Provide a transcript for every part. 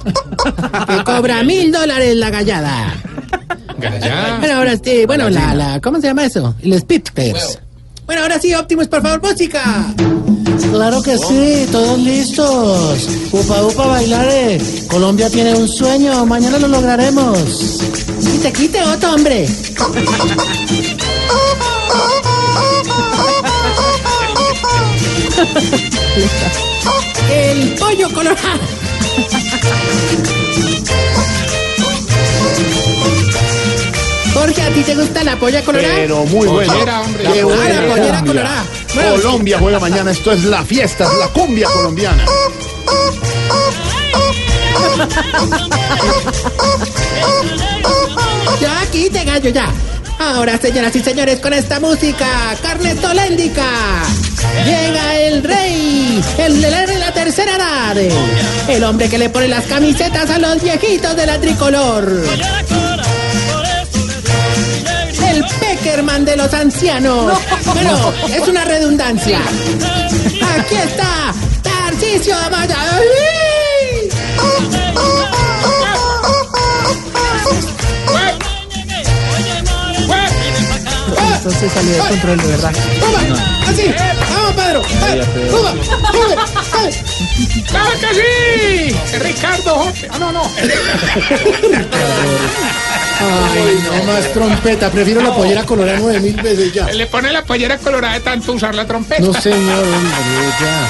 que cobra mil dólares la gallada. Bueno, ahora sí, bueno, la, la, ¿cómo se llama eso? El speakers. Bueno, ahora sí, Optimus, por favor, música. Claro que sí, todos listos. Upa, upa, bailaré. Colombia tiene un sueño, mañana lo lograremos. Quite, quite, otro hombre. El pollo colorado. Jorge, ¿a ti te gusta la polla colorada? Pero muy bueno. Qué Ah, buena la pollera cumbia. colorada. Bueno, Colombia juega mañana. Esto es la fiesta, es la cumbia colombiana. ya aquí te gallo ya. Ahora, señoras y señores, con esta música, carne toléndica. Llega el rey, el de la- de la tercera edad. El hombre que le pone las camisetas a los viejitos de la tricolor. El Peckerman de los ancianos. Bueno, es una redundancia. Aquí está Tarcisio Amaya. ¡Ay! ¡Oh, oh! Eso se salió de control, de verdad. ¡Así! ¡Vamos, Pedro! ¡Cuba! ¡Sube! ¡Sube! ¡Claro que sí! Ricardo Jorge. Ah, no, no. Ay, no más trompeta. Prefiero la pollera colorada nueve mil veces ya. Le pone la pollera colorada de tanto usar la trompeta. No, señor, hombre, ya.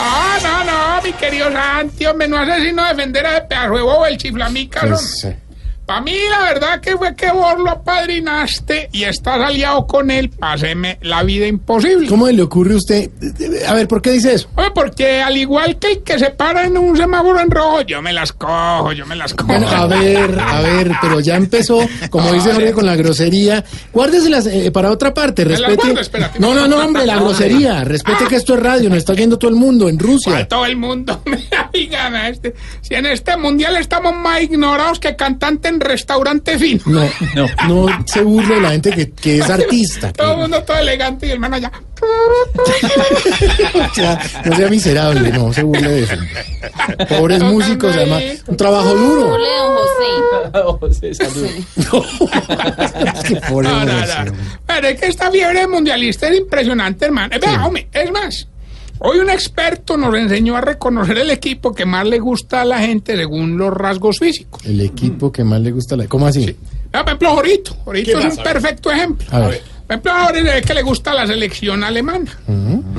Ah, no, no, mi querido Santi, hombre, no hace sino defender a ese pedazo de bobo, el chiflamica, Pues, eh, Para mí, la verdad que fue que vos lo apadrinaste y estás aliado con él para hacerme la vida imposible. ¿Cómo le ocurre a usted? A ver, ¿por qué dice eso? Oye, porque al igual que el que se para en un semáforo en rojo, yo me las cojo, yo me las cojo. Bueno, a ver, a ver, pero ya empezó, como dice Jorge, con la grosería. Guárdeselas eh, para otra parte, las respete. guardo, espérate. No, no, no, hombre, la grosería. Respete que esto es radio, nos está oyendo todo el mundo en Para Rusia. todo el mundo. Oigan, a este, si en este mundial estamos más ignorados que cantante en restaurante fino. No, no, no se burle de la gente que, que es artista. Todo el mundo todo elegante y el man allá. O sea, no sea miserable, no se burle de eso. Pobres Tocando músicos, ahí. además, un trabajo duro. Qué pobre No, no, músico. no. Pero es que esta fiebre mundialista es impresionante, hermano. Eh, vea, hombre, es más, hoy un experto nos enseñó a reconocer el equipo que más le gusta a la gente según los rasgos físicos. El equipo que más le gusta la. ¿Cómo así? Ah, por ejemplo, Jorito. Jorito es un perfecto ejemplo. A ver. Por ejemplo, a Jorge se ve que le gusta la selección alemana.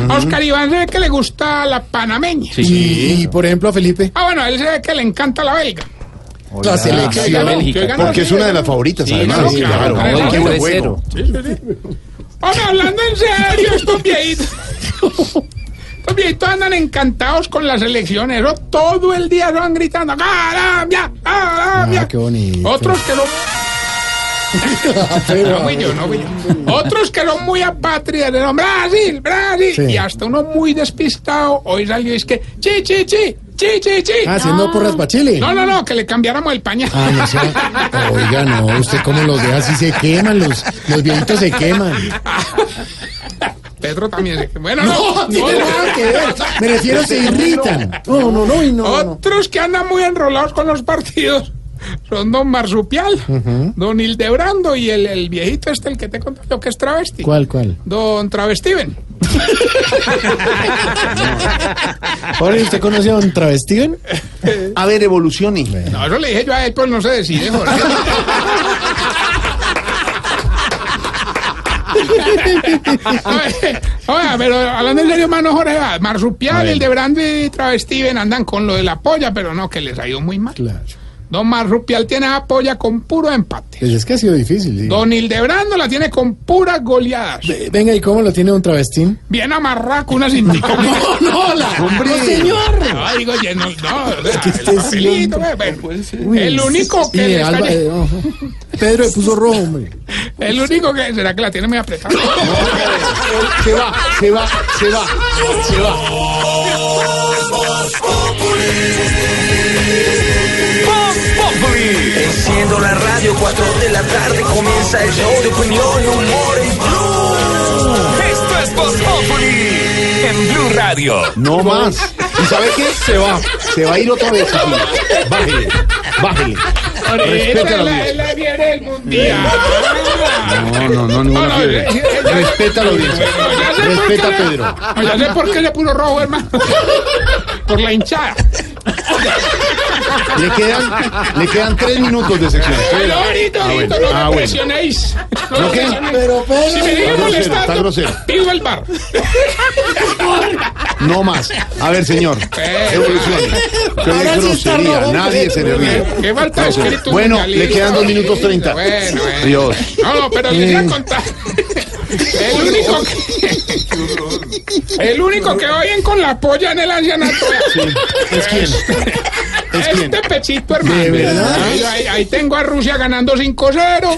A Oscar Iván se ve que le gusta la panameña. Y, y, por ejemplo a Felipe. Ah, bueno, a él se ve que le encanta la belga. La selección. Porque es una de las Favoritas, además. Sí, claro, claro, qué buen bueno. Hombre, hablando en serio, estos viejitos. Estos viejitos andan encantados con las elecciones. ¿no? Todo el día van gritando: ¡Colombia! ¡Colombia! Ah, qué bonito. Otros que no. No fui yo, no fui yo. Otros que son muy apátridas, de Brasil, Brasil. Sí. Y hasta uno muy despistado, hoy salió y es que, chi, chi, chi, chi, chi, chi. Haciendo porras para Chile. No, no, no, que le cambiáramos el pañal. Ah, no sea- Oiga, no, usted cómo los deja así se queman, los, los viejitos se queman. Pedro también. se- Bueno, no, tiene no, nada que ver. Me refiero, se irritan. No, no, no, y no. no. Otros que andan muy enrolados con los partidos son don Marsupial, don Hildebrando y el, el viejito este, el que te conté lo que es travesti. ¿Cuál, cuál? Don Travestiven. Jorge, ¿usted conoce a un travestiven? A ver, evolucione. No, eso le dije yo a él, pues no se decide, Jorge. Oye, oye, pero hablando en serio, mano Jorge, va, Marsupial, el de Brando y Travestiven andan con lo de la polla, pero no, que les ha ido muy mal. Claro. Don Marrupial tiene a Polla con puro empate. Pues es que ha sido difícil. sí. Don Hildebrando la tiene con puras goleadas. Eh, Venga, ¿y cómo lo tiene un travestín? Bien amarraco, unas indicaciones. ¡No, ¡Oh, no, la, no señor! No, digo, ya no, no, o sea, que este el es papelito, lento. ve, ve. Uy, el único que y le Alba- falla- eh, no. Pedro le puso rojo, hombre. el único que será que la tiene muy apretada. Se va, se va, se va, se va. Enciendo la radio, 4 de la tarde comienza el show de opinión y humor en Blue. Esto es Voz Populi en Blue Radio. No más. ¿Y sabe qué? Se va. Se va a ir otra vez. Así. Bájele. Bájele. Esa Respeta es la la, es audiencia. la fiera del mundial. No, no, No, no, ninguna no, fiebre. eh, eh, Respeta la audiencia. Ya sé por Respeta a qué le- Pedro. No, Ya sé por qué le puso rojo, hermano. Por la hinchada. Le quedan, le quedan tres minutos de sección. Pero ahorita, ahorita no Ah, me bueno. presionéis. No me ¿No qué? presionéis. Pero Si me Pedro, siguen grosero, está molestando, grosero. pido el bar. No más. A ver, señor. Evolucione. Ahora Qué sí está grosería. rojo, Nadie Pedro. se le ríe. Qué falta de espíritu Bueno, mundialista. le quedan dos minutos treinta. Eh. Bueno, bueno. Dios. No, no, pero les voy a contar. El único que. El único que oyen con la polla en el ancianato. ¿Es quién? ¿Es quién? Este pechito, hermano. ¿De verdad? Ahí, ahí- ahí tengo a Rusia ganando 5-0.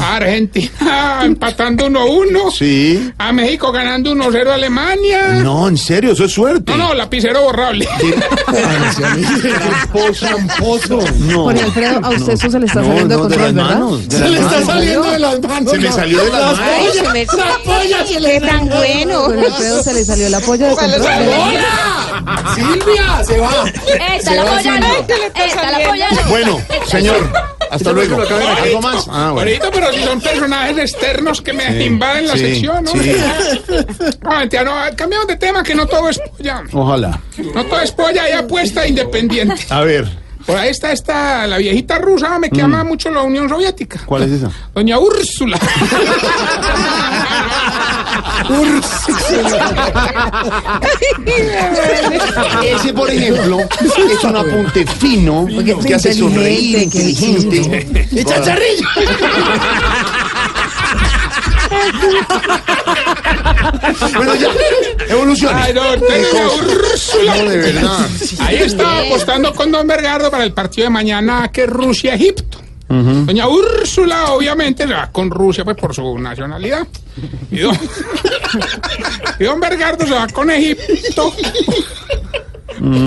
A Argentina empatando 1-1. Sí. A México ganando 1-0 a Alemania. No. No, en serio, eso es suerte. no, lapicero borrable. Tramposo, tramposo. No. Jorge Alfredo, a usted eso se le está No, saliendo de no, de control, las ¿verdad? manos. de Se las le está manos. saliendo de las manos. Se le salió de las manos. pollas, se me- las pollas se le tan bueno. Jorge Alfredo se le salió la polla de control. ¡Hola! Silvia, se va. Esta la polla, no. Eh, Esta la polla, no. Bueno, señor, hasta luego. ¿Algo más? Ah, bueno. Ahorita, pero si son personajes externos que me invaden la sí, sección, ¿no? sí. No, mentira, no, cambiamos de tema que no todo es polla. Ojalá. No todo es polla, hay apuesta independiente. A ver, Por ahí está esta, la viejita rusa, me que ama mucho la Unión Soviética. ¿cuál es esa? Doña Úrsula. Ese, por ejemplo, es un apunte fino que hace sonreír, inteligente. ¡Y chacharrillo! Bueno, ya, evoluciona. Ay, no, doña Úrsula. No, de verdad. Ahí estaba apostando con Don Bergardo para el partido de mañana que es Rusia-Egipto. Doña Úrsula, obviamente, se va con Rusia pues por su nacionalidad. Y don, y don Bergardo se va con Egipto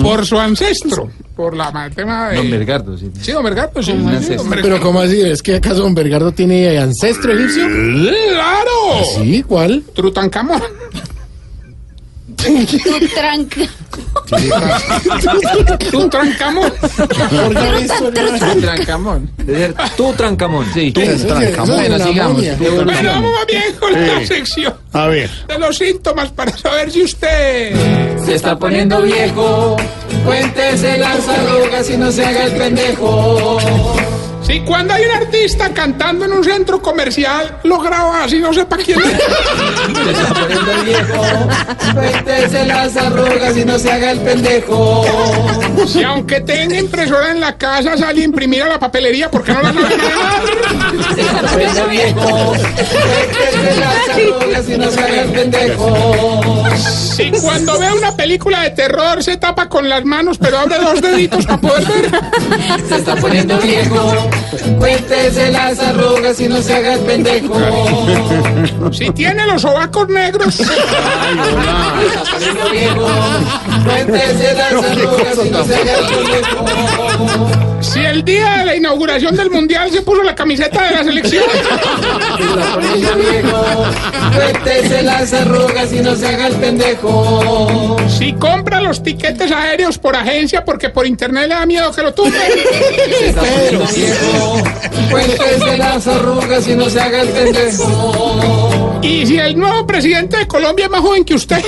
por su ancestro, por la ma- tema de... Mm. Don Bergardo, sí. Sí, Don Bergardo, sí. sí, don Bergardo. Pero ¿cómo así? ¿Es que acaso Don Bergardo tiene ancestro egipcio? ¡Claro! Sí, ¿cuál? Trutankamón. Tranca. Trutankamón. Trancamón. Tú trancamón, sí. Eso es- eso es trancamón, una sigamos. momia. Bueno, vamos más bien con la sección. A ver, de los síntomas para saber si usted. Se está poniendo viejo. Cuéntese las arrugas y no se haga el pendejo. Si cuando hay un artista cantando en un centro comercial, lo graba así, no sepa quién es. Se está poniendo viejo. Cuéntese las arrugas y no se haga el pendejo. Si aunque tenga impresora en la casa, sale a imprimir a la papelería porque no la sabe manejar. Se está poniendo viejo. Cuéntese las arrugas y no se haga el pendejo. Si cuando ve una película de terror, se tapa con las manos, pero abre dos deditos para poder ver. Se está poniendo viejo. Cuéntese las arrugas y no se haga el pendejo. Si tiene los sobacos negros. Cuéntese las arrugas y no se haga el pendejo. Si el día de la inauguración del mundial se puso la camiseta de la selección. Poniendo viejo, Cuéntese las arrugas y no se haga el pendejo. Si compra los tiquetes aéreos por agencia porque por internet le da miedo que lo tumben. Poniendo viejo, Cuéntese las arrugas y no se haga el pendejo. Y si el nuevo presidente de Colombia es más joven que usted.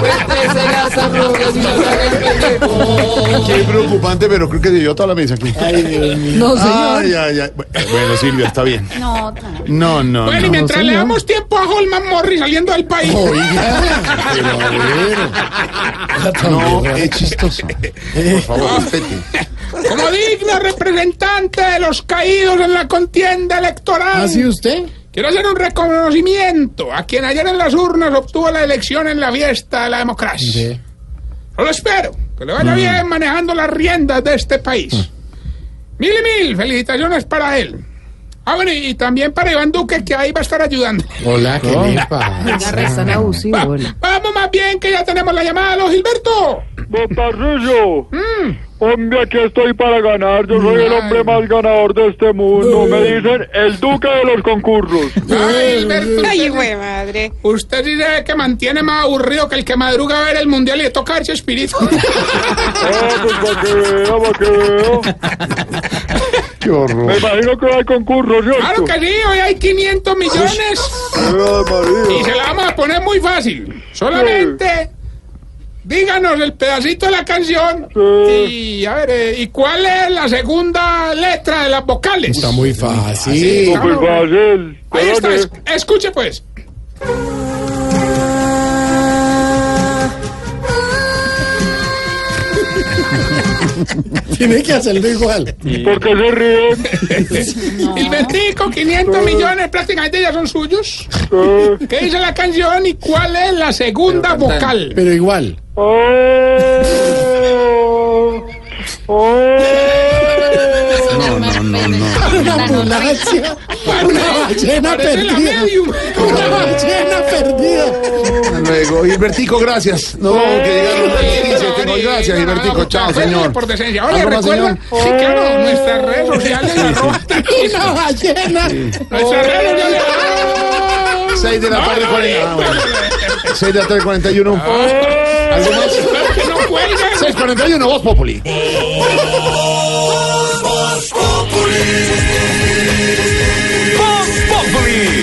Cuéntese las arrugas y no se haga el pendejo. Qué preocupante, pero creo que se dio toda la mesa aquí. No, señor. Ay, ay, ay. Bueno, Silvia, está bien. No, no. No, no, Bueno, y no. mientras le señor. damos tiempo a Holman Morris saliendo del país. Oiga, pero a ver. No, es chistoso. Por favor, respete. Como digno representante de los caídos en la contienda electoral. ¿Así ¿Ah, usted? Quiero hacer un reconocimiento a quien ayer en las urnas obtuvo la elección en la fiesta de la democracia. Solo espero que le vaya bien manejando las riendas de este país. Mil y mil felicitaciones para él. Ah, bueno, y también para Iván Duque, que ahí va a estar ayudando. Hola, ¿qué le Venga, pasa? restan abusivo. Va- hola. vamos más bien, que ya tenemos la llamada, don Gilberto. Botarrillo, Mm. hombre, aquí estoy para ganar. Yo soy el hombre más ganador de este mundo. Me dicen el duque de los concursos. Ay, Gilberto. Ay, güey, madre. Usted dice que mantiene más aburrido que el que madruga a ver el mundial y le toca ese espíritu. Ah, pues para que vea, para que vea. Qué horror. Me imagino que hay concursos, claro ¿cierto? que sí, hoy hay 500 millones. Ay, María. Y se la vamos a poner muy fácil. Solamente díganos el pedacito de la canción. Y a ver, eh, ¿y cuál es la segunda letra de las vocales? Está muy fácil. Pues fácil. Ahí está, Espérate. es- escuche pues. Tiene que hacerlo igual. ¿Por qué se ríen? El 25, 500 millones prácticamente ya son suyos. Eh, ¿Qué dice la canción y cuál es la segunda vocal? Pero igual. oh, oh. No, no, no, no. Una ambulancia. Una ballena Parece la perdida. medium. Una ballena perdida. Hasta luego. Gilbertico, gracias. Eh, No, que llegaron las noticias. Tengo gracias, Gilbertico. Chao, señor. Por decencia. Ahora ¿Algo más, recuerda, sí, claro, nuestras redes sociales. arroba taquis. Una ballena. Nuestras redes sociales. arroba- 6 de la tarde, 41. 6 de la tarde, 41. ¿Algo más? Claro que no cuelguen. 641, Voz Populi.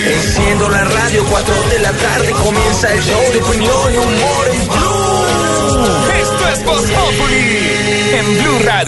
Enciendo la radio, 4 de la tarde comienza el show de opinión y humor en Blue. Esto es Voz Populi en Blue Radio.